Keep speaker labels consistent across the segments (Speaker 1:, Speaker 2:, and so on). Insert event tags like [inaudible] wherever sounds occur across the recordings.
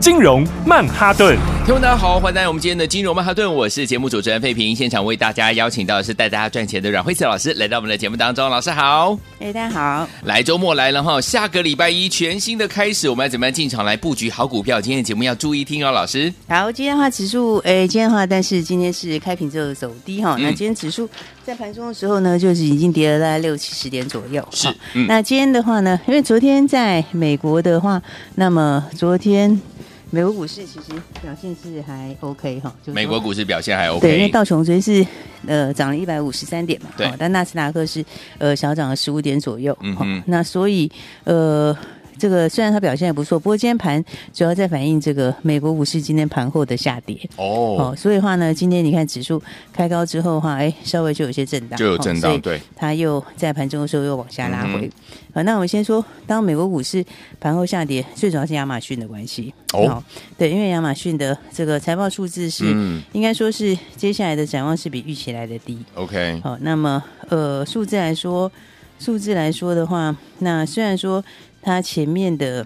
Speaker 1: 金融曼哈顿。
Speaker 2: 听众大家好，欢迎来到我们今天的金融曼哈顿，我是节目主持人费平。现场为大家邀请到的是带大家赚钱的阮慧慈老师来到我们的节目当中，老师好。
Speaker 3: 哎、大家好，
Speaker 2: 来周末来了哈，下个礼拜一全新的开始，我们要怎么样进场来布局好股票？今天的节目要注意听哦，老师。
Speaker 3: 好，今天的话指数，哎、今天的话，但是今天是开盘之后走低哈、那
Speaker 2: 嗯
Speaker 3: 今天指数在盘中的时候呢，就是已经跌了大概六七十点左右。
Speaker 2: 是
Speaker 3: 哈
Speaker 2: 嗯
Speaker 3: 那今天的话呢，因为昨天在美国的话，那么昨天美国股市其实表现是还 OK 哈，就是说
Speaker 2: 美国股市表现还
Speaker 3: 对，因为
Speaker 2: OK，
Speaker 3: 道琼斯是呃涨了一百五十三点嘛，
Speaker 2: 对
Speaker 3: 好但纳斯达克是呃小涨了十五点左右，
Speaker 2: 嗯
Speaker 3: 好
Speaker 2: 哼
Speaker 3: 那所以呃。这个虽然它表现还不错，不过今天盘主要在反映这个美国股市今天盘后的下跌哦
Speaker 2: 哦，
Speaker 3: 所以的话呢，今天你看指数开高之后的话，哎，稍微就有些震荡，
Speaker 2: 就有
Speaker 3: 哦
Speaker 2: 震
Speaker 3: 所
Speaker 2: 荡
Speaker 3: 以
Speaker 2: 对，
Speaker 3: 它又在盘中的时候又往下拉回
Speaker 2: 嗯。
Speaker 3: 好，那我们先说，当美国股市盘后下跌，最主要是亚马逊的关系。
Speaker 2: 哦
Speaker 3: 好，对，因为亚马逊的这个财报数字是，
Speaker 2: 嗯
Speaker 3: 应该说是接下来的展望是比预期来的低。
Speaker 2: ，OK，
Speaker 3: 好，那么呃，数字来说，数字来说的话，那虽然说它前面的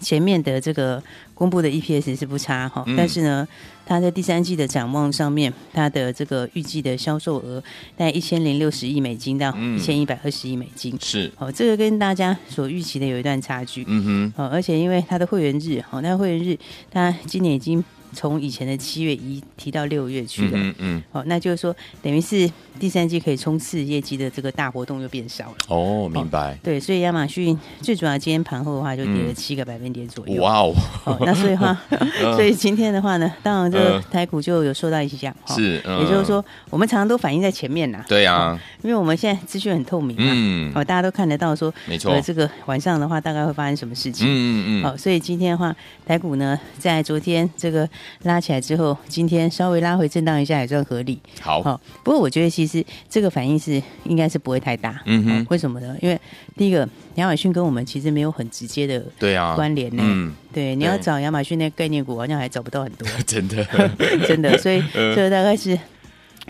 Speaker 3: 前面的这个公布的 E EPS 是不差哈，
Speaker 2: 嗯
Speaker 3: 但是呢，它在第三季的展望上面，它的这个预计的销售额大概一千零六十亿美金到
Speaker 2: 嗯
Speaker 3: 一千一百二十亿美金，
Speaker 2: 是，
Speaker 3: 哦，这个跟大家所预期的有一段差距。
Speaker 2: 嗯
Speaker 3: 哦，而且因为它的会员日，哦，那会员日它今年已经从以前的七月一提到六月
Speaker 2: 哼，
Speaker 3: 去
Speaker 2: 嗯
Speaker 3: 了。
Speaker 2: 哼嗯，
Speaker 3: 哦，那就是说，等于是第三季可以冲刺业绩的这个大活动就变少了。
Speaker 2: 哦，明白，
Speaker 3: 对，所以亚马逊最主要今天盘后的话就跌了
Speaker 2: 嗯
Speaker 3: 七个百分点左右。
Speaker 2: 哇哦，
Speaker 3: 哦，那所
Speaker 2: [laughs]
Speaker 3: 以话， [laughs] 所以今天的话呢，当然这个
Speaker 2: 嗯
Speaker 3: 台股就有受到影响。哦
Speaker 2: 是，嗯
Speaker 3: 也就是，说，我们常常都反映在前面呐。
Speaker 2: 对啊，
Speaker 3: 因为我们现在资讯很透明嘛，
Speaker 2: 嗯，
Speaker 3: 哦，大家都看得到说，
Speaker 2: 没错
Speaker 3: 呃，，这个晚上的话大概会发生什么事情。
Speaker 2: 嗯嗯嗯，
Speaker 3: 哦，所以今天的话，台股呢，在昨天这个拉起来之后，今天稍微拉回震荡一下也算合理。
Speaker 2: 好，
Speaker 3: 好、不过我觉得其实这个反应是应该是不会太大。
Speaker 2: 嗯哼
Speaker 3: 哦为什么呢？因为第一个，亚马逊跟我们其实没有很直接的
Speaker 2: 对啊，
Speaker 3: 关联呢、
Speaker 2: 嗯，
Speaker 3: 对，你要
Speaker 2: 对
Speaker 3: 找亚马逊那概念股，好像还找不到很
Speaker 2: [laughs]
Speaker 3: 多，
Speaker 2: 真的，
Speaker 3: [laughs] 真的。所以
Speaker 2: 呃
Speaker 3: 这个大概是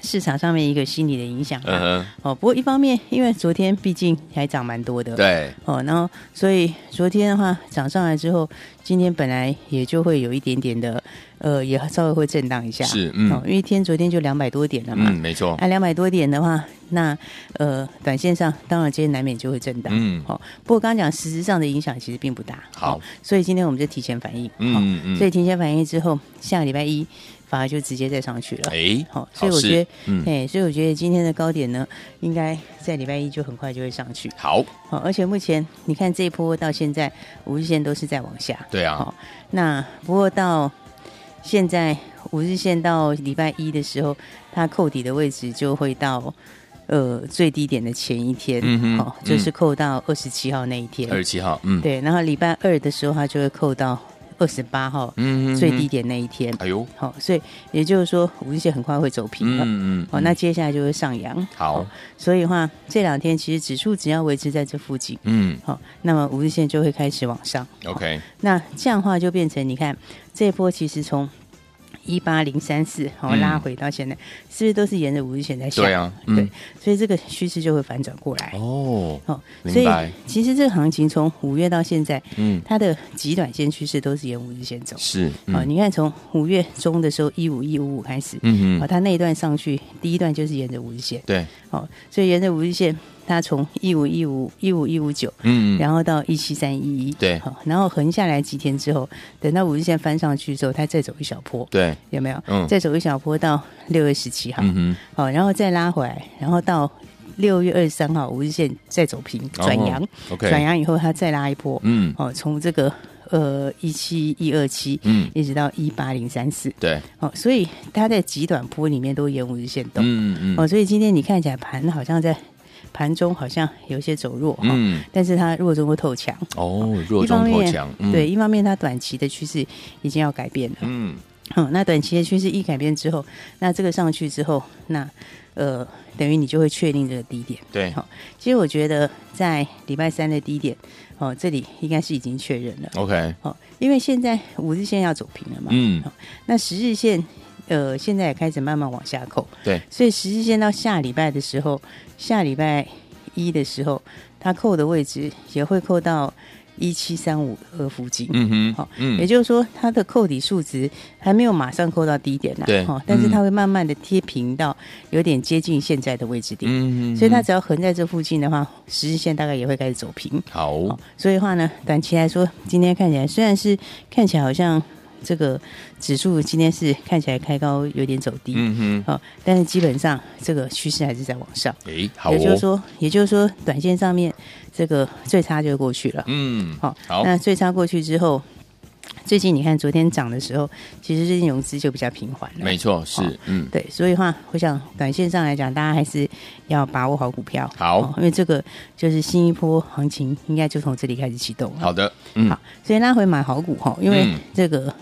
Speaker 3: 市场上面一个心理的影响吧。
Speaker 2: 嗯哼，
Speaker 3: 哦，不过一方面，因为昨天毕竟还涨蛮多的。。
Speaker 2: 对，
Speaker 3: 哦，然后所以昨天的话涨上来之后，今天本来也就会有一点点的，呃，也稍微会震荡一下。
Speaker 2: 是，嗯
Speaker 3: 哦，因为天昨天就两百多点了嘛。
Speaker 2: 嗯，没错，
Speaker 3: 啊，两百多点的话，那呃，短线上当然今天难免就会震荡。
Speaker 2: 嗯
Speaker 3: 好、不过刚刚讲实质上的影响其实并不大。
Speaker 2: 好
Speaker 3: 哦所以今天我们就提前反应。好
Speaker 2: 嗯嗯
Speaker 3: 所以提前反应之后，下个礼拜一反而就直接再上去了。
Speaker 2: 哎，
Speaker 3: 好、所以我觉得
Speaker 2: 事，嗯，
Speaker 3: 哎、所以我觉得今天的高点呢，应该在礼拜一就很快就会上去。
Speaker 2: 好，
Speaker 3: 好、而且目前你看这一波到现在，五日线都是在往下。
Speaker 2: 对啊，
Speaker 3: 好那不过到现在五日线到礼拜一的时候，它扣底的位置就会到呃最低点的前一天，
Speaker 2: 嗯哼
Speaker 3: 哦，就是扣到二十七号那一天。
Speaker 2: 二十七号，嗯，
Speaker 3: 对，然后礼拜二的时候，它就会扣到二十八号、
Speaker 2: 嗯，嗯
Speaker 3: 最低，点那一天
Speaker 2: 嗯。哎呦，
Speaker 3: 好、所以也就是说五日线很快会走平了。
Speaker 2: 嗯嗯，
Speaker 3: 哦，那接下来就会上扬，
Speaker 2: 好，
Speaker 3: 所以的话这两天其实指数只要维持在这附近，
Speaker 2: 嗯
Speaker 3: 好、那么五日线就会开始往上。
Speaker 2: ，OK，
Speaker 3: 那这样的话就变成，你看这一波其实从一八零三四哦
Speaker 2: 嗯
Speaker 3: 拉回到现在，是不是都是沿着五日线在下？
Speaker 2: 对啊，
Speaker 3: 对
Speaker 2: 嗯，，
Speaker 3: 所以这个趋势就会反转过来。
Speaker 2: 哦，
Speaker 3: 哦，所
Speaker 2: 明
Speaker 3: 以
Speaker 2: 白
Speaker 3: 其实这个行情从五月到现在，
Speaker 2: 嗯，
Speaker 3: 它的极短线趋势都是沿五日线走。
Speaker 2: 是，
Speaker 3: 哦，
Speaker 2: 嗯
Speaker 3: 你看从五月中的时候一五一五五开始，
Speaker 2: 嗯
Speaker 3: 哦，
Speaker 2: 嗯，
Speaker 3: 它那一段上去，第一段就是沿着五日线，
Speaker 2: 对，
Speaker 3: 哦，所以沿着五日线，它从一五一五一五一五九
Speaker 2: 嗯，
Speaker 3: 然后到一七三一一，
Speaker 2: 对
Speaker 3: 好，然后横下来几天之后，等到五日线翻上去之后，它再走一小坡，
Speaker 2: 对，
Speaker 3: 有没有？
Speaker 2: 嗯
Speaker 3: 再走一小坡到六月十七号，
Speaker 2: 嗯
Speaker 3: 好，然后再拉回来，然后到六月二十三号五日线再走平，
Speaker 2: 哦
Speaker 3: 转阳，
Speaker 2: 哼，OK，
Speaker 3: 转，阳以后它再拉一波，
Speaker 2: 嗯
Speaker 3: 哦，从这个呃一七一二七。
Speaker 2: 嗯，
Speaker 3: 一直到一八零三四，
Speaker 2: 对，
Speaker 3: 哦，所以它在极短坡里面都沿五日线动，
Speaker 2: 嗯嗯
Speaker 3: 哦，所以今天你看起来盘好像在盘中好像有些走弱，哦，
Speaker 2: 嗯，
Speaker 3: 但是它弱中又透强，
Speaker 2: 哦，弱
Speaker 3: 一方
Speaker 2: 中透
Speaker 3: 面
Speaker 2: 强，嗯
Speaker 3: 对，，一方面它短期的趋势已经要改变了，
Speaker 2: 嗯，
Speaker 3: 嗯，那短期的趋势一改变之后，那这个上去之后，那呃，等于你就会确定这个低点。
Speaker 2: 对
Speaker 3: 好、其实我觉得在礼拜三的低点，哦，这里应该是已经确认了。
Speaker 2: ，OK，
Speaker 3: 哦，因为现在五日线要走平了嘛，
Speaker 2: 嗯，
Speaker 3: 那十日线，呃，现在也开始慢慢往下扣，
Speaker 2: 对，
Speaker 3: 所以十日线到下礼拜的时候，下礼拜一的时候，它扣的位置也会扣到一七三五二附近，
Speaker 2: 嗯哼
Speaker 3: 好，也
Speaker 2: 嗯，
Speaker 3: 就是说，它的扣底数值还没有马上扣到低点啦、哦
Speaker 2: 对嗯
Speaker 3: 但是它会慢慢的贴平到有点接近现在的位置点，
Speaker 2: 嗯
Speaker 3: 所以它
Speaker 2: 嗯
Speaker 3: 只要横在这附近的话，十日线大概也会开始走平。
Speaker 2: 好，
Speaker 3: 哦，所以的话呢，短期来说，今天看起来虽然是看起来好像这个指数今天是看起来开高有点走低，
Speaker 2: 嗯
Speaker 3: 哦，但是基本上这个趋势还是在往上。
Speaker 2: 哼，诶，好
Speaker 3: 也就是
Speaker 2: 哦，
Speaker 3: 说，也就是说，短线上面这个最差就过去了。哦
Speaker 2: 嗯，
Speaker 3: 好
Speaker 2: 好，
Speaker 3: 那最差过去之后，最近你看昨天涨的时候，其实最近融资就比较平缓了
Speaker 2: 没。错，是
Speaker 3: 哦，
Speaker 2: 嗯，
Speaker 3: 对，所以的话，我想短线上来讲，大家还是要把握好股票。
Speaker 2: 好
Speaker 3: 哦因为这个就是新一波行情，应该就从这里开始启动了。
Speaker 2: 好的，嗯，
Speaker 3: 好，所以拉回买好股哈，因为
Speaker 2: 嗯
Speaker 3: 这个、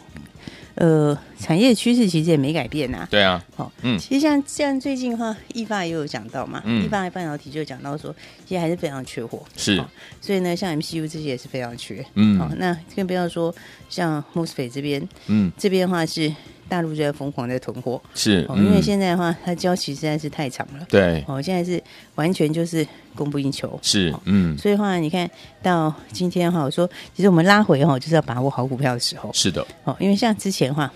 Speaker 3: 呃产业趋势其实也没改变呐、
Speaker 2: 对啊，
Speaker 3: 哦，
Speaker 2: 嗯
Speaker 3: 其实像像最近的话，易发也有讲到嘛，
Speaker 2: 嗯
Speaker 3: 易发半导体就讲到说，其实还是非常缺货，
Speaker 2: 是
Speaker 3: 哦，所以呢，像 MCU 这些也是非常缺，
Speaker 2: 嗯
Speaker 3: 哦，那更不要说像 MOSFET 这边，
Speaker 2: 嗯，
Speaker 3: 这边的话是大陆就在疯狂在囤货，
Speaker 2: 是，
Speaker 3: 哦，因为
Speaker 2: 嗯，
Speaker 3: 现在的话，它交期实在是太长了，
Speaker 2: 对，
Speaker 3: 哦，现在是完全就是供不应求，
Speaker 2: 是，嗯，
Speaker 3: 所以的话，你看到今天哈，我说其实我们拉回哈，就是要把握好股票的时候
Speaker 2: 是的，
Speaker 3: 哦，因为像之前的话，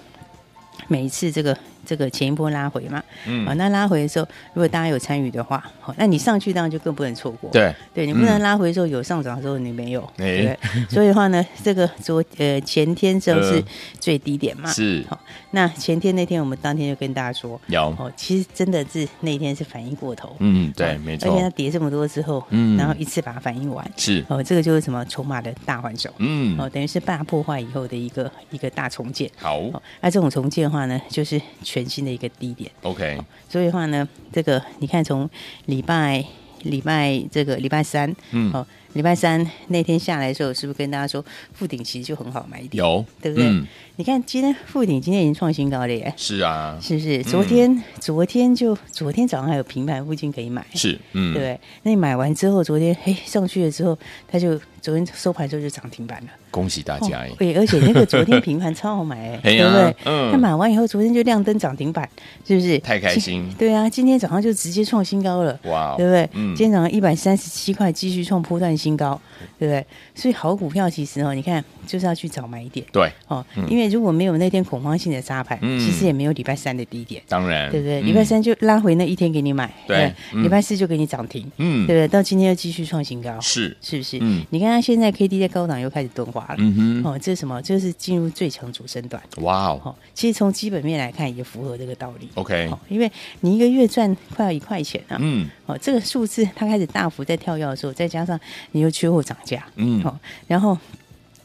Speaker 3: 每一次这个这个前一波拉回嘛，
Speaker 2: 嗯
Speaker 3: 啊、那拉回的时候，如果大家有参与的话，好、那你上去当然就更不能错过，，
Speaker 2: 对，
Speaker 3: 对你不能
Speaker 2: 嗯
Speaker 3: 拉回的时候有上涨的时候你没有，
Speaker 2: 哎
Speaker 3: 对不
Speaker 2: [laughs]
Speaker 3: 对？所以的话呢，这个昨呃前天时候是
Speaker 2: 呃
Speaker 3: 最低点嘛，
Speaker 2: 是
Speaker 3: 好、那前天那天我们当天就跟大家说，
Speaker 2: 有，
Speaker 3: 哦，其实真的是那天是反应过头，
Speaker 2: 嗯，对，
Speaker 3: 哦
Speaker 2: 没
Speaker 3: 而且
Speaker 2: 错，
Speaker 3: 它跌这么多之后，
Speaker 2: 嗯
Speaker 3: 然后一次把它反应完，
Speaker 2: 是，
Speaker 3: 哦，这个就是什么筹码的大换手，
Speaker 2: 嗯，
Speaker 3: 哦，等于是大破坏以后的一个一个大重建。
Speaker 2: 好
Speaker 3: 哦，那、这种重建的话呢，就是全新的一个低点，
Speaker 2: ，OK，
Speaker 3: 所以的话呢，这个你看从礼拜礼拜这个礼拜三，
Speaker 2: 嗯
Speaker 3: 哦，礼拜三那天下来的时候，是不是跟大家说附顶其实就很好买一点？
Speaker 2: 有，
Speaker 3: 对不对
Speaker 2: 嗯
Speaker 3: 你看今天附顶今天已经创新高了耶，
Speaker 2: 是啊，
Speaker 3: 是不是？昨天、昨天就昨天早上还有平盘附近可以买，
Speaker 2: 是，嗯，
Speaker 3: 对不对？那你买完之后，昨天嘿上去了之后，它就昨天收盘之后就涨停板了。
Speaker 2: 恭喜大家，哎
Speaker 3: 哦对，而且那个昨天平盘超好买、
Speaker 2: [laughs]
Speaker 3: 哎
Speaker 2: 哎
Speaker 3: 对
Speaker 2: 呀
Speaker 3: 不对？
Speaker 2: 嗯
Speaker 3: 他买完以后，昨天就亮灯涨停板，是不是？
Speaker 2: 太开心
Speaker 3: 今对啊，今天早上就直接创新高了。
Speaker 2: 哇哦，
Speaker 3: 对不对？
Speaker 2: 嗯
Speaker 3: 今天早上一百三十七块，继续创波段新高，对不对？所以好股票其实哦，你看就是要去早买一点
Speaker 2: 对，
Speaker 3: 哦，因为如果没有那天恐慌性的杀盘，
Speaker 2: 嗯
Speaker 3: 其实也没有礼拜三的低点，
Speaker 2: 当然，
Speaker 3: 对不
Speaker 2: 嗯
Speaker 3: 对？礼拜，三就拉回那一天给你买，
Speaker 2: 对
Speaker 3: 不
Speaker 2: 嗯
Speaker 3: 礼拜四就给你涨停，
Speaker 2: 嗯
Speaker 3: 对不，对？到今天又继续创新高，
Speaker 2: 是，
Speaker 3: 是不是？
Speaker 2: 嗯
Speaker 3: 你看它现在 K D 在高档又开始钝化了，
Speaker 2: 嗯哼，
Speaker 3: 哦，这是什么？这是进入最强主升段。
Speaker 2: 哇哦
Speaker 3: 哦，其实从基本面来看，也符合这个道理。
Speaker 2: ，OK，
Speaker 3: 哦，因为你一个月赚快要一块钱啊，
Speaker 2: 嗯
Speaker 3: 哦，这个数字它开始大幅在跳跃的时候，再加上你又缺货涨价，
Speaker 2: 嗯，
Speaker 3: 哦，然后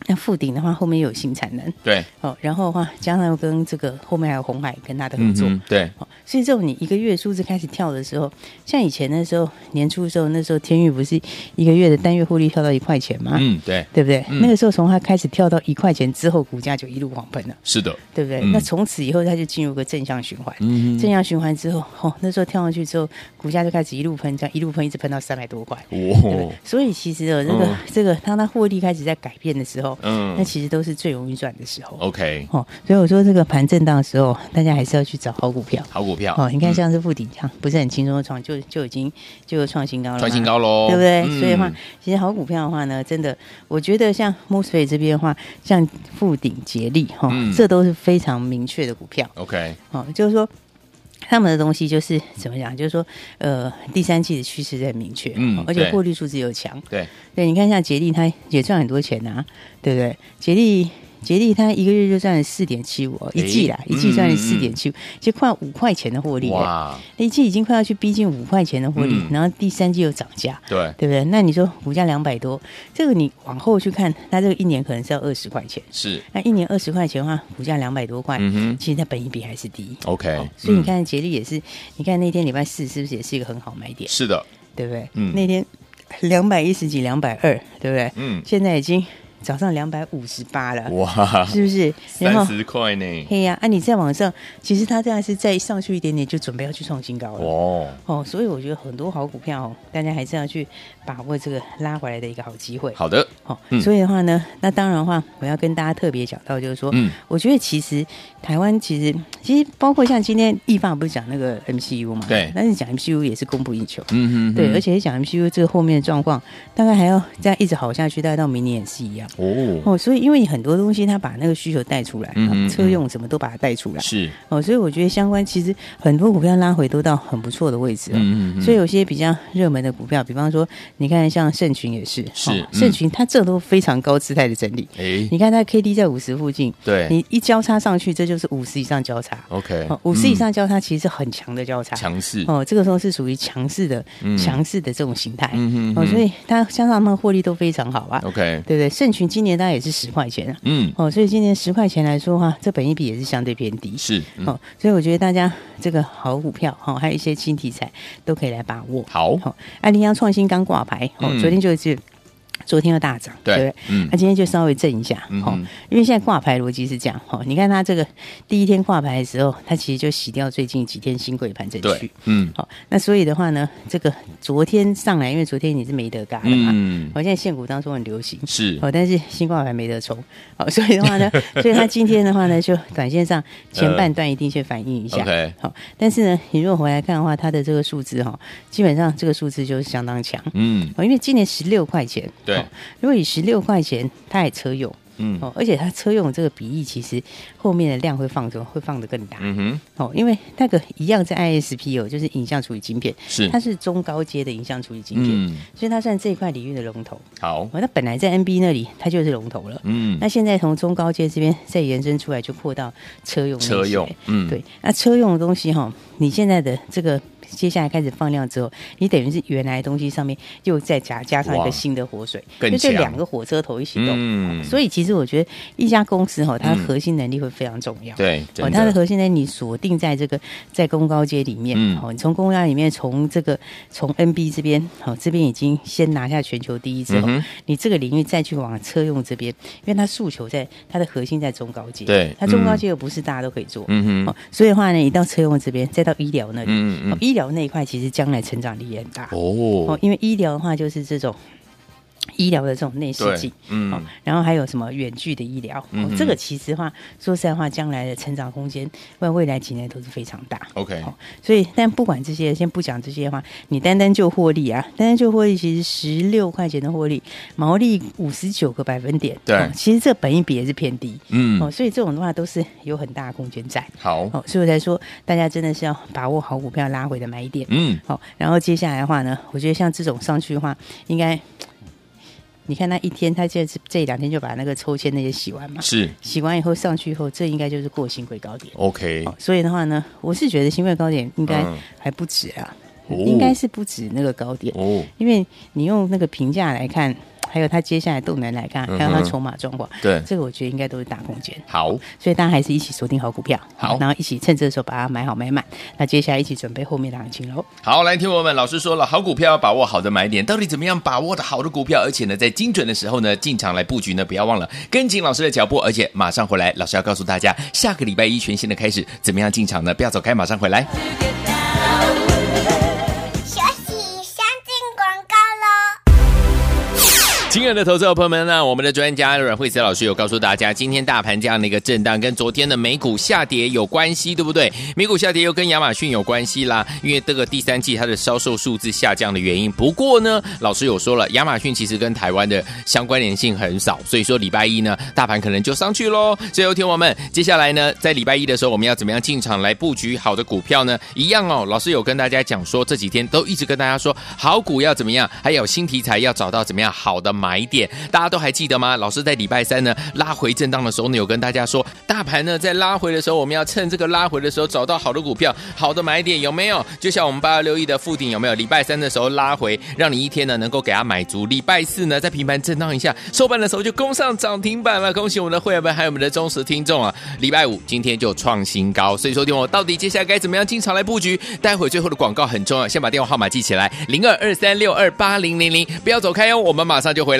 Speaker 3: 那附顶的话后面又有新产能，
Speaker 2: 对，
Speaker 3: 哦，然后的话加上又跟这个后面还有红海跟他的合
Speaker 2: 嗯
Speaker 3: 作，
Speaker 2: 哼，对，
Speaker 3: 哦，所以这种你一个月数字开始跳的时候，像以前那时候年初的时候，那时候天宇不是一个月的单月获利跳到一块钱吗？
Speaker 2: 嗯对，
Speaker 3: 对不对？
Speaker 2: 嗯
Speaker 3: 那个时候从它开始跳到一块钱之后，股价就一路狂喷了，
Speaker 2: 是的，
Speaker 3: 对不对？
Speaker 2: 嗯
Speaker 3: 那从此以后，它就进入个正向循环。
Speaker 2: 嗯
Speaker 3: 正向循环之后，哦，那时候跳上去之后，股价就开始一路喷，这样一路喷，一直喷到三百多块。对不
Speaker 2: 哇
Speaker 3: 对，所以其实哦，这个、
Speaker 2: 嗯
Speaker 3: 这个，当它获利开始在改变的时候，那
Speaker 2: 嗯
Speaker 3: 其实都是最容易赚的时候。
Speaker 2: ，OK，
Speaker 3: 哦，所以我说这个盘震荡的时候，大家还是要去找好股票。
Speaker 2: 好股票，
Speaker 3: 哦，你看
Speaker 2: 嗯
Speaker 3: 像是附顶这样，不是很轻松的创，就就已经就创新高了嘛，
Speaker 2: 嗯创新高喽，
Speaker 3: 对不对？
Speaker 2: 嗯
Speaker 3: 所以的话，其实好股票的话呢，真的，我觉得像 m o s f e 这边的话，像富鼎、捷力哈，
Speaker 2: 嗯
Speaker 3: 这都是非常明确的股票
Speaker 2: ，OK，
Speaker 3: 哦，就是说。他们的东西就是怎么讲？就是说，呃，第三季的趋势在明确，
Speaker 2: 嗯
Speaker 3: 哦而且
Speaker 2: 对
Speaker 3: 获利数字又强。
Speaker 2: 对，
Speaker 3: 对，你看像捷力，它也赚很多钱啊，对不对？捷力，捷力它一个月就赚了四点七五，哦一季啦，
Speaker 2: 诶
Speaker 3: 一季赚了
Speaker 2: 嗯
Speaker 3: 四点七五，就快五块钱的获利了。
Speaker 2: 哇，
Speaker 3: 那一季已经快要去逼近五块钱的获利，
Speaker 2: 嗯
Speaker 3: 然后第三季又涨价，
Speaker 2: 对，
Speaker 3: 对不对？那你说股价两百多，这个你往后去看，它这个一年可能是要二十块钱，
Speaker 2: 是，
Speaker 3: 那一年二十块钱的话，股价两百多块，
Speaker 2: 嗯哼
Speaker 3: 其实它本益比还是低。
Speaker 2: ，OK，
Speaker 3: 哦所以你
Speaker 2: 嗯，
Speaker 3: 看杰力也是，你看那天礼拜四是不是也是一个很好买点，
Speaker 2: 是的，
Speaker 3: 对不对？
Speaker 2: 嗯
Speaker 3: [laughs] 那天两百一十几、两百二，对不对？
Speaker 2: 嗯
Speaker 3: 现在已经早上两百五十八了，
Speaker 2: 哇，
Speaker 3: 是不是？
Speaker 2: 三
Speaker 3: 然后
Speaker 2: 十块呢，
Speaker 3: 嘿呀、啊，你再往上，其实它这样是再上去一点点，就准备要去创新高了。
Speaker 2: 哦，
Speaker 3: 哦，所以我觉得很多好股票、哦，大家还是要去把握这个拉回来的一个好机会。
Speaker 2: 好的，
Speaker 3: 好、
Speaker 2: 嗯
Speaker 3: 所以的话呢，那当然的话，我要跟大家特别讲到，就是说，
Speaker 2: 嗯
Speaker 3: 我觉得其实台湾其实其实包括像今天易放不是讲那个 MCU 嘛，
Speaker 2: 对
Speaker 3: 但是讲 MCU 也是供不应求，
Speaker 2: 嗯哼哼
Speaker 3: 对，而且讲 MCU 这个后面的状况，大概还要这样一直好下去，大概到明年也是一样。
Speaker 2: 哦，
Speaker 3: 哦，所以因为很多东西，它把那个需求带出来，哦
Speaker 2: 嗯嗯嗯
Speaker 3: 车用什么都把它带出来，
Speaker 2: 是，
Speaker 3: 哦，所以我觉得相关其实很多股票拉回都到很不错的位置了。
Speaker 2: 嗯嗯
Speaker 3: 所以有些比较热门的股票，比方说，你看像盛群也是，哦
Speaker 2: 是嗯
Speaker 3: 盛群它这都非常高姿态的整理，
Speaker 2: 哎，
Speaker 3: 你看它 K D 在五十附近，
Speaker 2: 对
Speaker 3: 你一交叉上去，这就是五十以上交叉，
Speaker 2: ，OK，
Speaker 3: 哦，五十以
Speaker 2: 嗯
Speaker 3: 上交叉其实是很强的交叉，
Speaker 2: 强势，
Speaker 3: 哦，这个时候是属于强势的
Speaker 2: 嗯、
Speaker 3: 强势的这种形态，
Speaker 2: 嗯哦
Speaker 3: 哦，所以它加上他们获利都非常好啊，
Speaker 2: OK，
Speaker 3: 对不对？盛群今年大概也是十块钱啊，
Speaker 2: 嗯，
Speaker 3: 哦，所以今年十块钱来说的话，这本益比也是相对偏低，
Speaker 2: 是，嗯
Speaker 3: 哦，所以我觉得大家这个好股票哈、哦，还有一些新题材都可以来把握。
Speaker 2: 好，
Speaker 3: 好、安利央创新刚挂牌，哦，
Speaker 2: 嗯
Speaker 3: 昨天就是昨天又大涨，对
Speaker 2: 对
Speaker 3: 不对？，
Speaker 2: 嗯
Speaker 3: 那、，今天就稍微震一下，
Speaker 2: 嗯
Speaker 3: 哦
Speaker 2: 哼，
Speaker 3: 因为现在挂牌逻辑是这样，哦，你看它这个第一天挂牌的时候，它其实就洗掉最近几天新贵盘整
Speaker 2: 对
Speaker 3: 区，，
Speaker 2: 嗯
Speaker 3: 好、那所以的话呢，这个昨天上来，因为昨天你是没得嘎的嘛，
Speaker 2: 嗯，
Speaker 3: 好、现在现股当中很流行，
Speaker 2: 是，
Speaker 3: 哦，但是新冠还没得抽，好、 [laughs] 所以的
Speaker 2: [laughs]
Speaker 3: 话呢，所以它今天的话呢，就短线上前半段一定去反映一下，好、
Speaker 2: OK，
Speaker 3: 但是呢，你如果回来看的话，它的这个数字哈、哦，基本上这个数字就是相当强，
Speaker 2: 嗯，
Speaker 3: 哦，因为今年十六块钱，
Speaker 2: 对
Speaker 3: 哦，如果以十六块钱，它也车用，
Speaker 2: 嗯
Speaker 3: 哦，而且它车用这个比例其实后面的量会放着，会放得更大，
Speaker 2: 嗯哼，
Speaker 3: 哦，因为那个一样在 ISP 哦，就是影像处理晶片，
Speaker 2: 是
Speaker 3: 它，是中高阶的影像处理晶片，
Speaker 2: 嗯，
Speaker 3: 所以它算这一块领域的龙头。
Speaker 2: 好，
Speaker 3: 哦，那本来在 NB 那里它就是龙头了，
Speaker 2: 嗯，
Speaker 3: 那现在从中高阶这边再延伸出来，就扩到车用那些
Speaker 2: 车用，嗯，，
Speaker 3: 对，那车用的东西哈，你现在的这个接下来开始放量之后，你等于是原来的东西上面又再加加上一
Speaker 2: 哇
Speaker 3: 个新的活水，
Speaker 2: 更
Speaker 3: 就这
Speaker 2: 强
Speaker 3: 两个火车头一起动。哦
Speaker 2: 嗯，
Speaker 3: 所以其实我觉得一家公司哈，它
Speaker 2: 嗯
Speaker 3: 核心能力会非常重要。
Speaker 2: 对，
Speaker 3: 哦，
Speaker 2: 真
Speaker 3: 它的
Speaker 2: 的，
Speaker 3: 核心呢，你锁定在这个在公高阶里面，
Speaker 2: 嗯
Speaker 3: 哦，你从公高阶里面，从这个从 NB 这边，哦，这边已经先拿下全球第一之后，
Speaker 2: 嗯哼
Speaker 3: 你这个领域再去往车用这边，因为它诉求在它的核心在中高阶，
Speaker 2: 对
Speaker 3: 它中高阶又不是大家都可以做，
Speaker 2: 嗯哼，
Speaker 3: 哦，所以的话呢，你到车用这边，再到医疗那里，
Speaker 2: 嗯
Speaker 3: 哦
Speaker 2: 嗯，
Speaker 3: 医疗那一块其实将来成长力也很大，
Speaker 2: 哦
Speaker 3: 哦，，因为医疗的话就是这种医疗的这种内视
Speaker 2: 对。，
Speaker 3: 镜哦
Speaker 2: 嗯，，
Speaker 3: 然后还有什么远距的医疗？
Speaker 2: 嗯
Speaker 3: 哦
Speaker 2: 哼，
Speaker 3: 这个其实话，说实在话，将来的成长空间，未未来几年都是非常大。
Speaker 2: ，OK，
Speaker 3: 哦，所以但不管这些，先不讲这些话，你单单就获利啊，单单就获利，其实十六块钱的获利，毛利五十九个百分点，
Speaker 2: 对
Speaker 3: 哦其实这本益比也是偏低。哦，
Speaker 2: 嗯，
Speaker 3: 所以这种的话都是有很大的空间在。
Speaker 2: 好，
Speaker 3: 哦，所以我才说，大家真的是要把握好股票拉回的买点。
Speaker 2: 嗯，
Speaker 3: 好、然后接下来的话呢，我觉得像这种上去的话，应该，你看那一天，他现在是这两天就把那个抽签那些洗完嘛，
Speaker 2: 是
Speaker 3: 洗完以后上去以后，这应该就是过新贵高点。
Speaker 2: ，OK，
Speaker 3: 哦所以的话呢，我是觉得新贵高点应该
Speaker 2: 嗯
Speaker 3: 还不止啊，
Speaker 2: 哦
Speaker 3: 应该是不止那个高点，
Speaker 2: 哦，
Speaker 3: 因为你用那个评价来看，还有它接下来动能来看，还有它
Speaker 2: 嗯哼
Speaker 3: 筹码状况，
Speaker 2: 对，
Speaker 3: 这个我觉得应该都是大空间。
Speaker 2: 好，
Speaker 3: 所以大家还是一起锁定好股票，
Speaker 2: 好
Speaker 3: 然后一起趁这个时候把它买好买满。那接下来一起准备后面的行情喽。
Speaker 2: 好，来，听我们，老师说了，好股票要把握好的买点，到底怎么样把握的好的股票，而且呢，在精准的时候呢，进场来布局呢，不要忘了跟紧老师的脚步，而且马上回来，老师要告诉大家，下个礼拜一全新的开始，怎么样进场呢？不要走开，马上回来。
Speaker 4: 学习先进广告喽。
Speaker 2: 亲爱的投资者朋友们呢，我们的专家阮慧慈老师有告诉大家，今天大盘这样的一个震荡，跟昨天的美股下跌有关系，对不对？美股下跌又跟亚马逊有关系啦，因为这个第三季它的销售数字下降的原因。不过呢，老师有说了，亚马逊其实跟台湾的相关联性很少，所以说礼拜一呢，大盘可能就上去喽。所以，有听我们，接下来呢，在礼拜一的时候，我们要怎么样进场来布局好的股票呢？一样哦，老师有跟大家讲说，这几天都一直跟大家说，好股要怎么样，还有新题材要找到怎么样好的买点，大家都还记得吗？老师在礼拜三呢拉回震荡的时候呢，有跟大家说，大盘呢在拉回的时候，我们要趁这个拉回的时候找到好的股票、好的买点，有没有？就像我们八幺六一的附顶有没有？礼拜三的时候拉回，让你一天呢能够给它买足，礼拜四呢再平盘震荡一下，收盘的时候就攻上涨停板了，恭喜我们的会员们还有我们的忠实听众啊！礼拜五今天就创新高，所以说听我到底接下来该怎么样进场来布局？待会最后的广告很重要，先把电话号码记起来，零二二三六二八零零零，不要走开哦，我们马上就回来。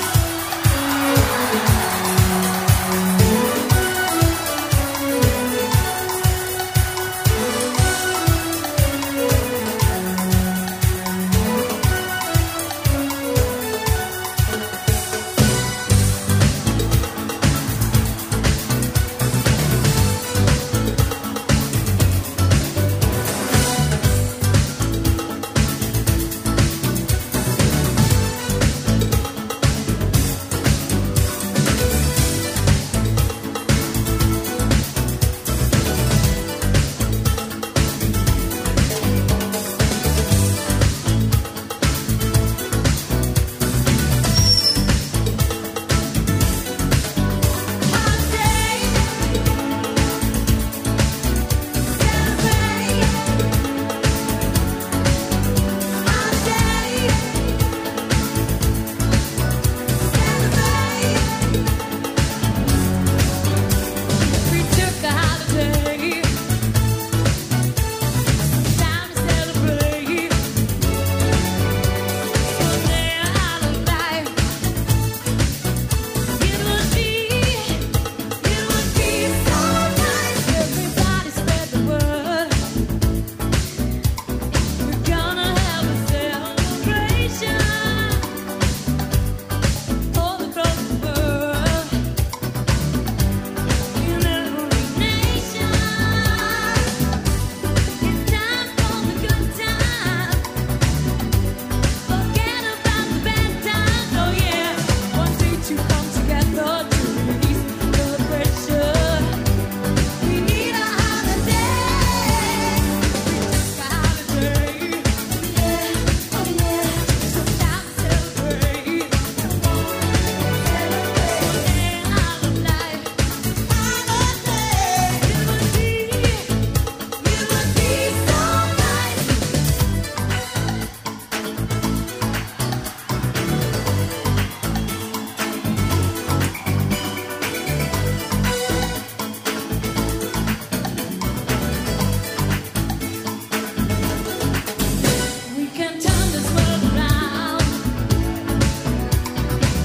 Speaker 5: We took a holiday, time to celebrate. From there out of life, it would be, it would be so nice. Everybody spread the word. We're gonna have a celebration all across the world. In every nation, it's time for the good time. Forget about the bad times, oh yeah. One day to come together to release the pressure. We need a holiday. A holiday, yeah, oh yeah. So time to celebrate, celebrate out of life. It would be, it would be so nice. We can turn this world around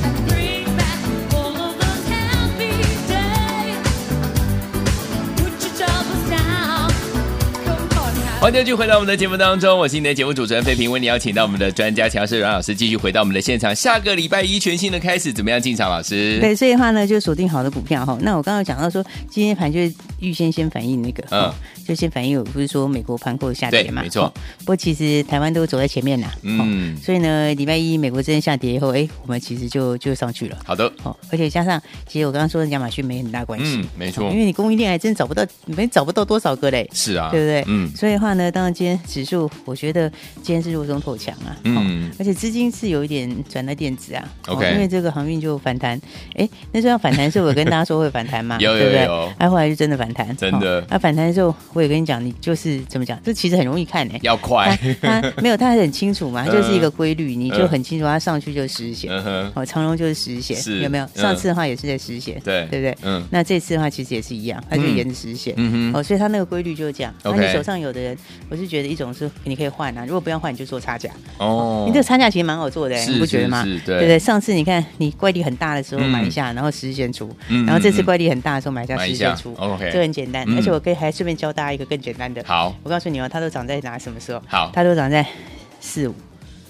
Speaker 5: and bring back all of those happy days. Put your troubles down. Come on, now.
Speaker 2: 欢迎继续回到我们的节目当中，我是你的节目主持人费平，为你邀请到我们的专家强势阮老师继续回到我们的现场。下个礼拜一全新的开始，怎么样进场？老师，
Speaker 3: 对，所以的话呢，就锁定好的股票哈。那我刚刚有讲到说，今天盘就是预先先反映那个，
Speaker 2: 嗯
Speaker 3: 嗯，就先反映，我不是说美国盘后下跌
Speaker 2: 对
Speaker 3: 嘛，
Speaker 2: 没错
Speaker 3: 哦。不过其实台湾都走在前面啦，
Speaker 2: 嗯
Speaker 3: 嗯、所以呢，礼拜一美国真正下跌以后，哎，我们其实就就上去了。
Speaker 2: 好的，
Speaker 3: 哦，而且加上，其实我刚刚说的亚马逊没很大关系，
Speaker 2: 嗯没错
Speaker 3: 哦因为你供应链还真找不到，没找不到多少个嘞，
Speaker 2: 是啊，
Speaker 3: 对不对？
Speaker 2: 嗯
Speaker 3: 所以的话呢，当然今天指数，我觉得今天是弱中透强啊，
Speaker 2: 嗯
Speaker 3: 哦而且资金是有一点转到电子啊
Speaker 2: OK
Speaker 3: 因为这个航运就反弹，哎，那时候要反弹的时候，我跟大家说会反弹嘛
Speaker 2: [laughs] ，有有
Speaker 3: 对不对啊
Speaker 2: 有？
Speaker 3: 哎，后来就真的反弹，
Speaker 2: 真的
Speaker 3: 哦那、反弹的时候，我也跟你讲，你就是怎么讲，这其实很容易看呢、欸
Speaker 2: 要
Speaker 3: 他
Speaker 2: 快，
Speaker 3: [laughs] 他没有，他很清楚嘛，
Speaker 2: [laughs] 嗯
Speaker 3: 就是一个规律，你就很清楚，他上去就是十险，
Speaker 2: 嗯哼，
Speaker 3: 哦，长荣就是十险
Speaker 2: 是，
Speaker 3: 有没有？
Speaker 2: 嗯
Speaker 3: 上次的话也是在十险，
Speaker 2: 对
Speaker 3: 对不对？
Speaker 2: 嗯
Speaker 3: 那这次的话其实也是一样，他就
Speaker 2: 嗯
Speaker 3: 沿着十险，
Speaker 2: 嗯哼，
Speaker 3: 哦，所以他那个规律就是这样。哦那
Speaker 2: OK
Speaker 3: 你手上有的人，我是觉得一种是你可以换啊，如果不要换，你就做差价。
Speaker 2: 哦
Speaker 3: 你这个差价其实蛮好做的，
Speaker 2: 是
Speaker 3: 你不觉得吗？
Speaker 2: 是是
Speaker 3: 对
Speaker 2: 对
Speaker 3: 不对？上次你看你怪力很大的时候
Speaker 2: 嗯
Speaker 3: 买一下，然后十先出
Speaker 2: 嗯，
Speaker 3: 然后这
Speaker 2: 嗯
Speaker 3: 次
Speaker 2: 嗯
Speaker 3: 怪力很大的时候买一下
Speaker 2: 买一
Speaker 3: 十
Speaker 2: 下
Speaker 3: 先出
Speaker 2: ，OK
Speaker 3: 这很简单
Speaker 2: 嗯。
Speaker 3: 而且我可以还顺便教大家一个更简单的。
Speaker 2: 好
Speaker 3: 我告诉你哦，它都涨在哪？什么时候？
Speaker 2: 好
Speaker 3: 它都涨在四五，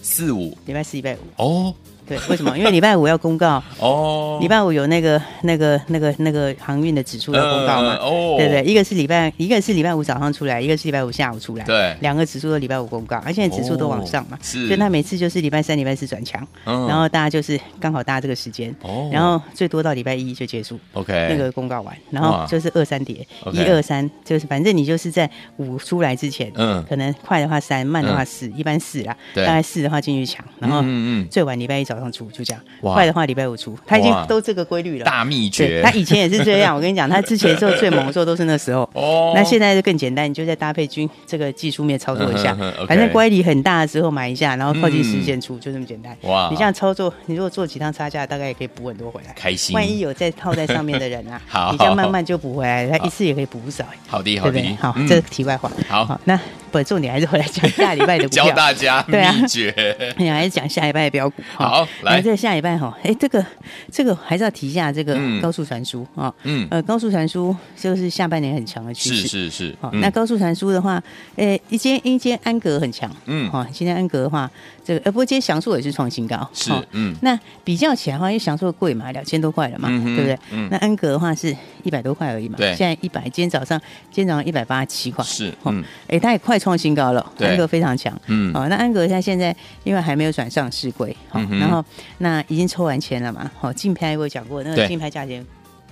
Speaker 2: 四五
Speaker 3: 礼拜四、礼拜五。
Speaker 2: 哦
Speaker 3: 对，为什么？因为礼拜五要公告，
Speaker 2: [laughs] 哦，
Speaker 3: 礼拜五有那个、那个、那个、那个航运的指数要公告嘛
Speaker 2: 呃？哦
Speaker 3: 对不对？一个是礼拜，一个是礼拜五早上出来，一个是礼拜五下午出来。
Speaker 2: 对
Speaker 3: 两个指数都礼拜五公告，而现在指数都往上嘛
Speaker 2: 哦，是
Speaker 3: 所以它每次就是礼拜三、礼拜四转强，
Speaker 2: 嗯
Speaker 3: 然后大家就是刚好搭这个时间
Speaker 2: 哦，
Speaker 3: 然后最多到礼拜一就结束。
Speaker 2: OK
Speaker 3: 那个公告完，然后
Speaker 2: 哇
Speaker 3: 就是二三叠，
Speaker 2: OK
Speaker 3: 一二三，就是反正你就是在五出来之前，
Speaker 2: 嗯
Speaker 3: 可能快的话三，慢的话
Speaker 2: 嗯
Speaker 3: 四，一般四啦，
Speaker 2: 对
Speaker 3: 大概四的话进去抢，然后
Speaker 2: 嗯嗯嗯
Speaker 3: 最晚礼拜一早上出，就这样，
Speaker 2: 哇
Speaker 3: 快的话礼拜五出，它已经
Speaker 2: 哇
Speaker 3: 都这个规律了。
Speaker 2: 大秘
Speaker 3: 对
Speaker 2: 诀，
Speaker 3: 他以前也是这样，我跟你讲，他之前做最猛的时候都是那时候。
Speaker 2: 哦
Speaker 3: 那现在就更简单，你就再搭配均这个技术面操作一下
Speaker 2: 嗯哼哼，，OK
Speaker 3: 反正乖离很大的时候买一下，然后靠近时间出，就这么简单。
Speaker 2: 哇
Speaker 3: 你这样操作，你如果做几趟差价，大概也可以补很多回来。
Speaker 2: 开心，
Speaker 3: 万一有在套在上面的人啊
Speaker 2: [laughs] 好
Speaker 3: 你这样慢慢就补回来，他一次也可以补不少，
Speaker 2: 好的
Speaker 3: 对
Speaker 2: 好
Speaker 3: 不
Speaker 2: 的
Speaker 3: 对？，好，
Speaker 2: 嗯
Speaker 3: 这是题外话。
Speaker 2: 好
Speaker 3: 那不重点还是回来讲下礼拜
Speaker 2: [laughs]
Speaker 3: 的股
Speaker 2: 教
Speaker 3: 票。
Speaker 2: 大家
Speaker 3: 对啊
Speaker 2: 秘诀，
Speaker 3: [laughs] 哎呀，还是讲下礼拜的标股。哈
Speaker 2: 好来
Speaker 3: 那这个下礼拜哈，哎，这个这个还是要提一下这个
Speaker 2: 嗯
Speaker 3: 高速传输啊。
Speaker 2: 嗯，
Speaker 3: 呃，高速传输就是下半年很强的趋
Speaker 2: 是
Speaker 3: 势。
Speaker 2: 是是，
Speaker 3: 好、
Speaker 2: 嗯
Speaker 3: 那高速传输的话，呃，一间一间安格很强，
Speaker 2: 嗯
Speaker 3: 好、今天安格的话，这个呃，不过今天翔硕也是创新高，
Speaker 2: 是
Speaker 3: 好
Speaker 2: 嗯
Speaker 3: 那比较起来的话，因为翔硕贵嘛，两千多块了嘛，
Speaker 2: 嗯哼
Speaker 3: 对不对？
Speaker 2: 嗯
Speaker 3: 那安格的话是一百多块而已嘛，
Speaker 2: 对
Speaker 3: 现在一百，今天早上今天早上一百八十七块，
Speaker 2: 是
Speaker 3: 哦
Speaker 2: 嗯
Speaker 3: 哎、它也快创新高了，
Speaker 2: 对
Speaker 3: 安格非常强，
Speaker 2: 嗯
Speaker 3: 哦，那安格它现在因为还没有转上市柜，好、
Speaker 2: 嗯哼
Speaker 3: 然后那已经抽完钱了嘛，好、竞拍我有讲过，那
Speaker 2: 对
Speaker 3: 个竞拍价钱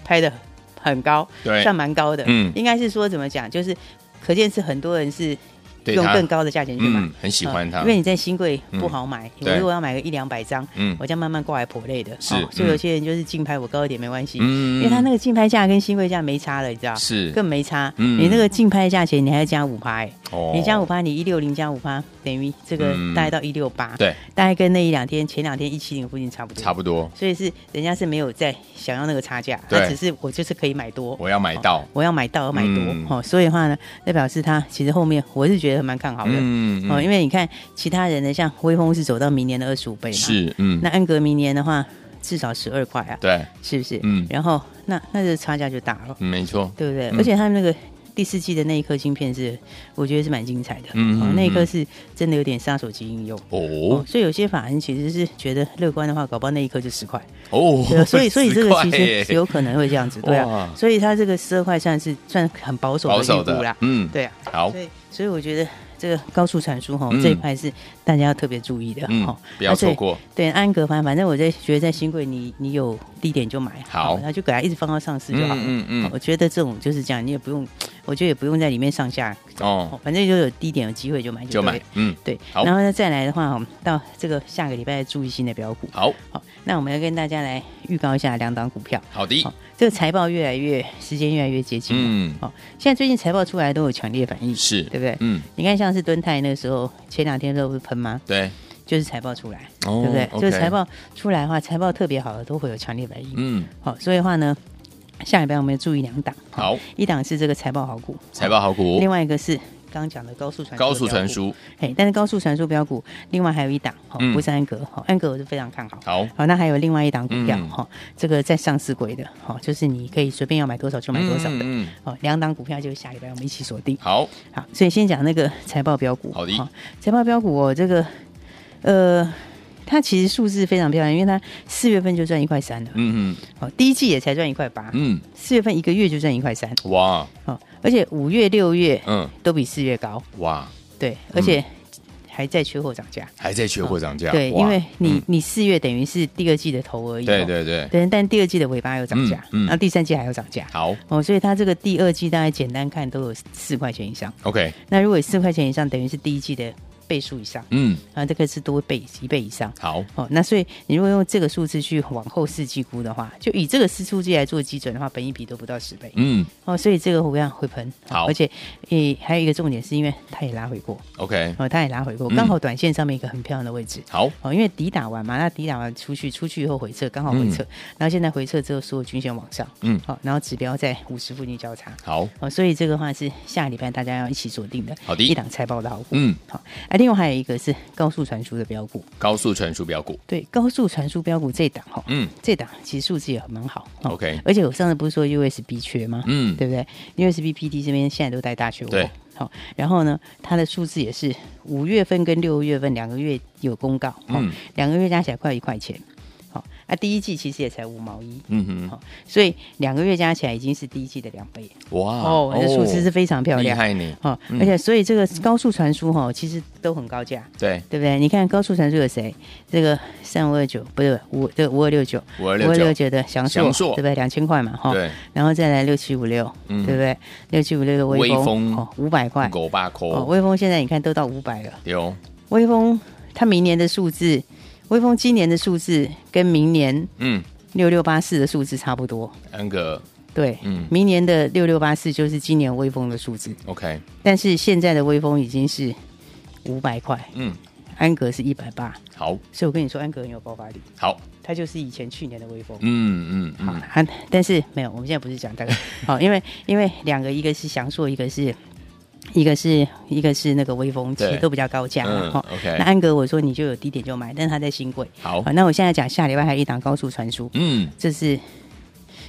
Speaker 3: 拍的很高，
Speaker 2: 对
Speaker 3: 算蛮高的，
Speaker 2: 嗯
Speaker 3: 应该是说怎么讲，就是可见是很多人是
Speaker 2: 对
Speaker 3: 用
Speaker 2: 它
Speaker 3: 更高的价钱去买。
Speaker 2: 嗯很喜欢它，
Speaker 3: 呃因为你在新柜
Speaker 2: 嗯
Speaker 3: 不好买，
Speaker 2: 对
Speaker 3: 我如果要买个一两百张，
Speaker 2: 嗯
Speaker 3: 我这样慢慢挂来婆累的，哦
Speaker 2: 是
Speaker 3: 所
Speaker 2: 嗯
Speaker 3: 以有些人就是竞拍我高一点没关系，
Speaker 2: 嗯
Speaker 3: 因为他那个竞拍价跟新柜价没差了，你知道，
Speaker 2: 是
Speaker 3: 更没差，
Speaker 2: 嗯
Speaker 3: 你那个竞拍价钱你还要加五趴，哎，
Speaker 2: 哦
Speaker 3: 你加五趴，你一六零加五趴等于这个
Speaker 2: 嗯
Speaker 3: 大概到一六八，
Speaker 2: 对，
Speaker 3: 大概跟那一两天前两天一七零附近差不多，
Speaker 2: 差不多，
Speaker 3: 所以是人家是没有在想要那个差价，啊
Speaker 2: 对
Speaker 3: 他只是我就是可以买多，
Speaker 2: 我要买到，
Speaker 3: 我要买到而买多
Speaker 2: 嗯
Speaker 3: 哦，所以的话呢，那表示它其实后面我是觉得蛮看好的、
Speaker 2: 嗯
Speaker 3: 哦，因
Speaker 2: 为
Speaker 3: 为你看其他人的像微风是走到明年的二十五倍嘛，，
Speaker 2: 是嗯
Speaker 3: 那安格明年的话至少十二块啊，
Speaker 2: 对，
Speaker 3: 是不是？
Speaker 2: 嗯
Speaker 3: 然后那那这差价就大了，
Speaker 2: 嗯没错，
Speaker 3: 对不对？
Speaker 2: 嗯
Speaker 3: 而且他们那个第四季的那一颗晶片是，我觉得是蛮精彩的，
Speaker 2: 嗯嗯
Speaker 3: 哦，那一颗
Speaker 2: 嗯
Speaker 3: 是真的有点杀手级应用。
Speaker 2: 哦
Speaker 3: 哦，所以有些法人其实是觉得乐观的话，搞不好那一颗就十块。
Speaker 2: 哦
Speaker 3: [laughs] 对啊，所以所以这个
Speaker 2: 十块
Speaker 3: 其
Speaker 2: 耶
Speaker 3: 实有可能会这样子，对啊
Speaker 2: 哇，
Speaker 3: 所以它这个十二块算是算很保守
Speaker 2: 保
Speaker 3: 的
Speaker 2: 守
Speaker 3: 预估
Speaker 2: 的
Speaker 3: 啦，，
Speaker 2: 嗯，
Speaker 3: [laughs] 对啊，
Speaker 2: 好
Speaker 3: 所，以所以我觉得这个高速传输哈
Speaker 2: 嗯
Speaker 3: 这一块是大家要特别注意的，
Speaker 2: 嗯
Speaker 3: 齁，
Speaker 2: 不要
Speaker 3: 而且
Speaker 2: 错过，
Speaker 3: 对安格反反正我在觉得在新贵你你有低点就买，
Speaker 2: 好
Speaker 3: 那就给它一直放到上市就好了，
Speaker 2: 嗯嗯嗯
Speaker 3: 齁我觉得这种就是这样，你也不用，我觉得也不用在里面上下，
Speaker 2: 哦
Speaker 3: 齁，反正就有低点有机会就买
Speaker 2: 就
Speaker 3: 对了
Speaker 2: 买，嗯，
Speaker 3: 对，
Speaker 2: 好
Speaker 3: 然后呢再来的话，我们到这个下个礼拜注意新的标股。
Speaker 2: 好
Speaker 3: 好，那我们要跟大家来预告一下两档股票。
Speaker 2: 好的
Speaker 3: 好，，这个财报越来越时间越来越接近。嗯，
Speaker 2: 嗯
Speaker 3: 好、现在最近财报出来都有强烈反应，
Speaker 2: 是，
Speaker 3: 对不对？
Speaker 2: 嗯
Speaker 3: 你看像是敦泰那个时候，前两天都不是喷吗？
Speaker 2: 对，
Speaker 3: 就是财报出来，
Speaker 2: 哦
Speaker 3: 对不对？
Speaker 2: OK
Speaker 3: 就是财报出来的话，财报特别好的都会有强烈反应。
Speaker 2: 嗯
Speaker 3: 好、所以的话呢，下礼拜我们要注意两档。
Speaker 2: 好，
Speaker 3: 一档是这个财报好股，
Speaker 2: 财报好股
Speaker 3: 另，外一个是刚刚讲的高速传输的
Speaker 2: 高速传
Speaker 3: 标股
Speaker 2: 输，
Speaker 3: 嘿，但是高速传输标股，另外还有一档，哦
Speaker 2: 嗯，
Speaker 3: 不是安格，哦，安格我是非常看好。
Speaker 2: 好，
Speaker 3: 好，那还有另外一档股票，
Speaker 2: 嗯
Speaker 3: 哈、这个在上市轨的，哈、就是你可以随便要买多少就买多少的。
Speaker 2: 嗯，嗯嗯
Speaker 3: 哦，两档股票就是下礼拜我们一起锁定。
Speaker 2: 好，
Speaker 3: 好，所以先讲那个财报标股。
Speaker 2: 好的
Speaker 3: 哦财报标股哦，这个呃，它其实数字非常漂亮，因为它四月份就赚一块三了，
Speaker 2: 嗯
Speaker 3: 哦，第一季也才赚一块八，
Speaker 2: 嗯
Speaker 3: 四月份一个月就赚一块三，
Speaker 2: 嗯，哇，
Speaker 3: 哦，而且五月、六月
Speaker 2: 嗯
Speaker 3: 都比四月高，
Speaker 2: 哇，
Speaker 3: 对，而且还在缺货涨价。
Speaker 2: 还在缺货涨价，
Speaker 3: 对，
Speaker 2: 哇
Speaker 3: 因为你、
Speaker 2: 嗯
Speaker 3: 你四月等于是第二季的头而已、哦，
Speaker 2: 对对对，
Speaker 3: 对，但第二季的尾巴有涨价，
Speaker 2: 嗯嗯
Speaker 3: 然后第三季还有涨价。
Speaker 2: 好
Speaker 3: 哦，所以它这个第二季大概简单看都有四块钱以上。
Speaker 2: ，OK，
Speaker 3: 那如果有四块钱以上，等于是第一季的倍数以上，
Speaker 2: 嗯，
Speaker 3: 啊，这个是多倍一倍以上。
Speaker 2: 好，
Speaker 3: 哦，那所以你如果用这个数字去往后四季估的话，就以这个四数据来做基准的话，本一比都不到十倍。
Speaker 2: 嗯
Speaker 3: 哦，所以这个我想会喷。
Speaker 2: 好
Speaker 3: 而且诶、还有一个重点是因为它也拉回过，
Speaker 2: ，OK，
Speaker 3: 哦，它也拉回过，
Speaker 2: 嗯
Speaker 3: 刚好短线上面一个很漂亮的位置。
Speaker 2: 好，
Speaker 3: 哦，因为底打完嘛，那底打完出去，出去以后回撤，刚好回撤，然后现在回撤之后，所有均线往上，
Speaker 2: 嗯
Speaker 3: 好、然后指标在五十附近交叉，
Speaker 2: 好，
Speaker 3: 哦，所以这个话是下礼拜大家要一起锁定的，
Speaker 2: 好的
Speaker 3: 一档财报的好股，
Speaker 2: 嗯，
Speaker 3: 好、啊，另外还有一个是高速传输的标股，
Speaker 2: 高速传输标股，
Speaker 3: 对，高速传输标股这档哈、哦，
Speaker 2: 嗯
Speaker 3: 这档其实数字也蛮好、哦
Speaker 2: OK
Speaker 3: 而且我上次不是说 USB 缺吗？
Speaker 2: 嗯
Speaker 3: 对不对？USB PD 这边现在都带大缺货，
Speaker 2: 对
Speaker 3: 好、然后呢，它的数字也是五月份跟六月份两个月有公告，哦
Speaker 2: 嗯
Speaker 3: 两个月加起来快一块钱，好、啊，第一季其实也才五毛一，
Speaker 2: 嗯
Speaker 3: 好、所以两个月加起来已经是第一季的两倍，
Speaker 2: 哼，哇，
Speaker 3: 哦，这数字是非常漂
Speaker 2: 厉
Speaker 3: 亮，
Speaker 2: 害呢，
Speaker 3: 哦，
Speaker 2: 嗯
Speaker 3: 而且所以这个高速传输哈、哦，其实都很高价，
Speaker 2: 对，
Speaker 3: 对不对？你看高速传输有谁？这个三五二九不是五这五二六九
Speaker 2: 5269
Speaker 3: 的翔硕，
Speaker 2: 翔硕
Speaker 3: 对不对？两千块嘛哈，
Speaker 2: 对，
Speaker 3: 然后再来六七五六，对
Speaker 2: 嗯
Speaker 3: 不对？六七五六的
Speaker 2: 微
Speaker 3: 微
Speaker 2: 风
Speaker 3: 哦，五百块
Speaker 2: 狗爸
Speaker 3: 哦，
Speaker 2: 扣，
Speaker 3: 微风现在你看都到五百了，
Speaker 2: 有，
Speaker 3: 微风它明年的数字，微风今年的数字跟明年
Speaker 2: 嗯，
Speaker 3: 六六八四的数字差不多，
Speaker 2: 那个
Speaker 3: 对，
Speaker 2: 嗯
Speaker 3: 明年的六六八四就是今年微风的数字，
Speaker 2: OK，
Speaker 3: 但是现在的微风已经是五百块，
Speaker 2: 嗯，
Speaker 3: 安格是一百八，
Speaker 2: 好，
Speaker 3: 所以我跟你说安格很有爆发力。
Speaker 2: 好，
Speaker 3: 它就是以前去年的微风。
Speaker 2: 嗯嗯
Speaker 3: 好，
Speaker 2: 嗯，
Speaker 3: 它但是没有，我们现在不是
Speaker 2: [laughs]
Speaker 3: 讲这个。好，因为因为两个，一个是翔硕，一个是一个是一个是那个微风，其
Speaker 2: 对
Speaker 3: 实都比较高价嘛。
Speaker 2: 嗯
Speaker 3: 哈、
Speaker 2: ，OK
Speaker 3: 那安格我说你就有低点就买，但是它在新贵。
Speaker 2: 好
Speaker 3: 好，，那我现在讲下礼拜还有一档高速传输，
Speaker 2: 嗯，
Speaker 3: 这是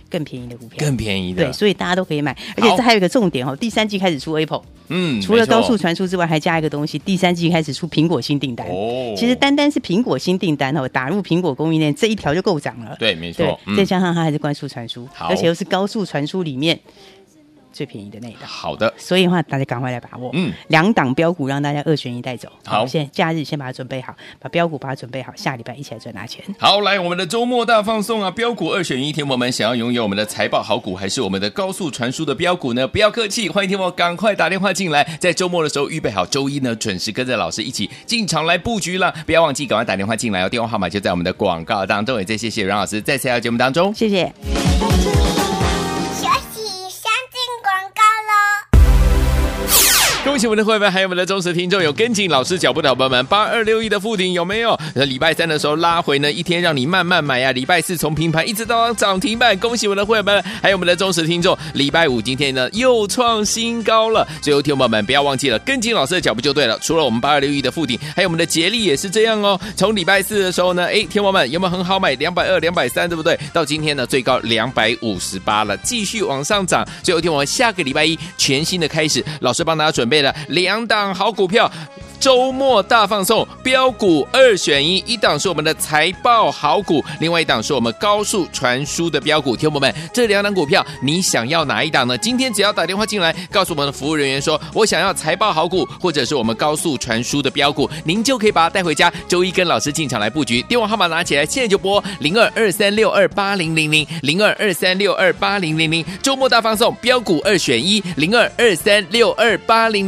Speaker 3: 更便宜的股票
Speaker 2: 更。便宜
Speaker 3: 对，
Speaker 2: 的，
Speaker 3: 所以大家都可以买，而且这还有一个重点哦，第三季开始出 Apple，
Speaker 2: 嗯，
Speaker 3: 除了
Speaker 2: 没错
Speaker 3: 高速传输之外，还加一个东西，第三季开始出苹果新订单。
Speaker 2: 哦
Speaker 3: 其实单单是苹果新订单哦，打入苹果供应链这一条就够涨了。
Speaker 2: 对，没
Speaker 3: 对
Speaker 2: 错，，嗯
Speaker 3: 再加上它还是关速传输，
Speaker 2: 好
Speaker 3: 而且又是高速传输里面最便宜的那一档，
Speaker 2: 好的，
Speaker 3: 所以的话大家赶快来把握。
Speaker 2: 嗯，
Speaker 3: 两档标股让大家二选一带走。
Speaker 2: 好
Speaker 3: 现在假日先把它准备好，把标股把它准备好，下礼拜一起来赚大钱。
Speaker 2: 好，来我们的周末大放送啊！标股二选一，天友们想要拥有我们的财报好股，还是我们的高速传输的标股呢？不要客气，欢迎天友赶快打电话进来，在周末的时候预备好，周一呢准时跟着老师一起进场来布局了。不要忘记赶快打电话进来哦，电话号码就在我们的广告当中。也再谢谢阮老师在这条节目当中。
Speaker 3: 谢谢。
Speaker 4: 休息一下，进广告喽。
Speaker 2: 恭喜我们的会员，还有我们的忠实听众，有跟紧老师脚步的伙伴们，八二六一的附顶有没有？那礼拜三的时候拉回呢，一天让你慢慢买呀、礼拜四从平盘一直到涨停板，恭喜我们的会员们，还有我们的忠实听众。礼拜五今天呢又创新高了，所以有听众朋友们不要忘记了跟紧老师的脚步就对了。除了我们八二六一的附顶，还有我们的杰力也是这样哦。从礼拜四的时候呢，哎，天王们有没有很好买？两百二、两百三，对不对？到今天呢最高两百五十八了，继续往上涨。所以有听我们下个礼拜一全新的开始，老师帮大家准备了两档好股票。周末大放送，标股二选一，一档是我们的财报好股，另外一档是我们高速传输的标股。听众朋友们，这两档股票你想要哪一档呢？今天只要打电话进来，告诉我们的服务人员说，我想要财报好股，或者是我们高速传输的标股，您就可以把它带回家。周一跟老师进场来布局，电话号码拿起来，现在就拨零二二三六二八零零零零二二三六二八零零零。周末大放送，标股二选一，零二二三六二八零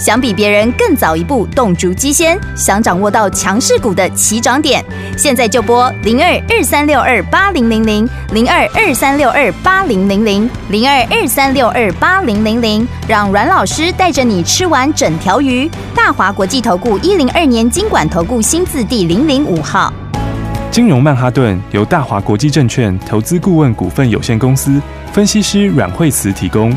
Speaker 6: 想比别人更早一步洞烛机先，想掌握到强势股的起涨点，现在就拨零二二三六二八零零零零二二三六二八零零零零二二三六二八零零零，让阮老师带着你吃完整条鱼。大华国际投顾一零二年经管投顾新字第零零五号。
Speaker 1: 金融曼哈顿由大华国际证券投资顾问股份有限公司分析师阮惠慈提供。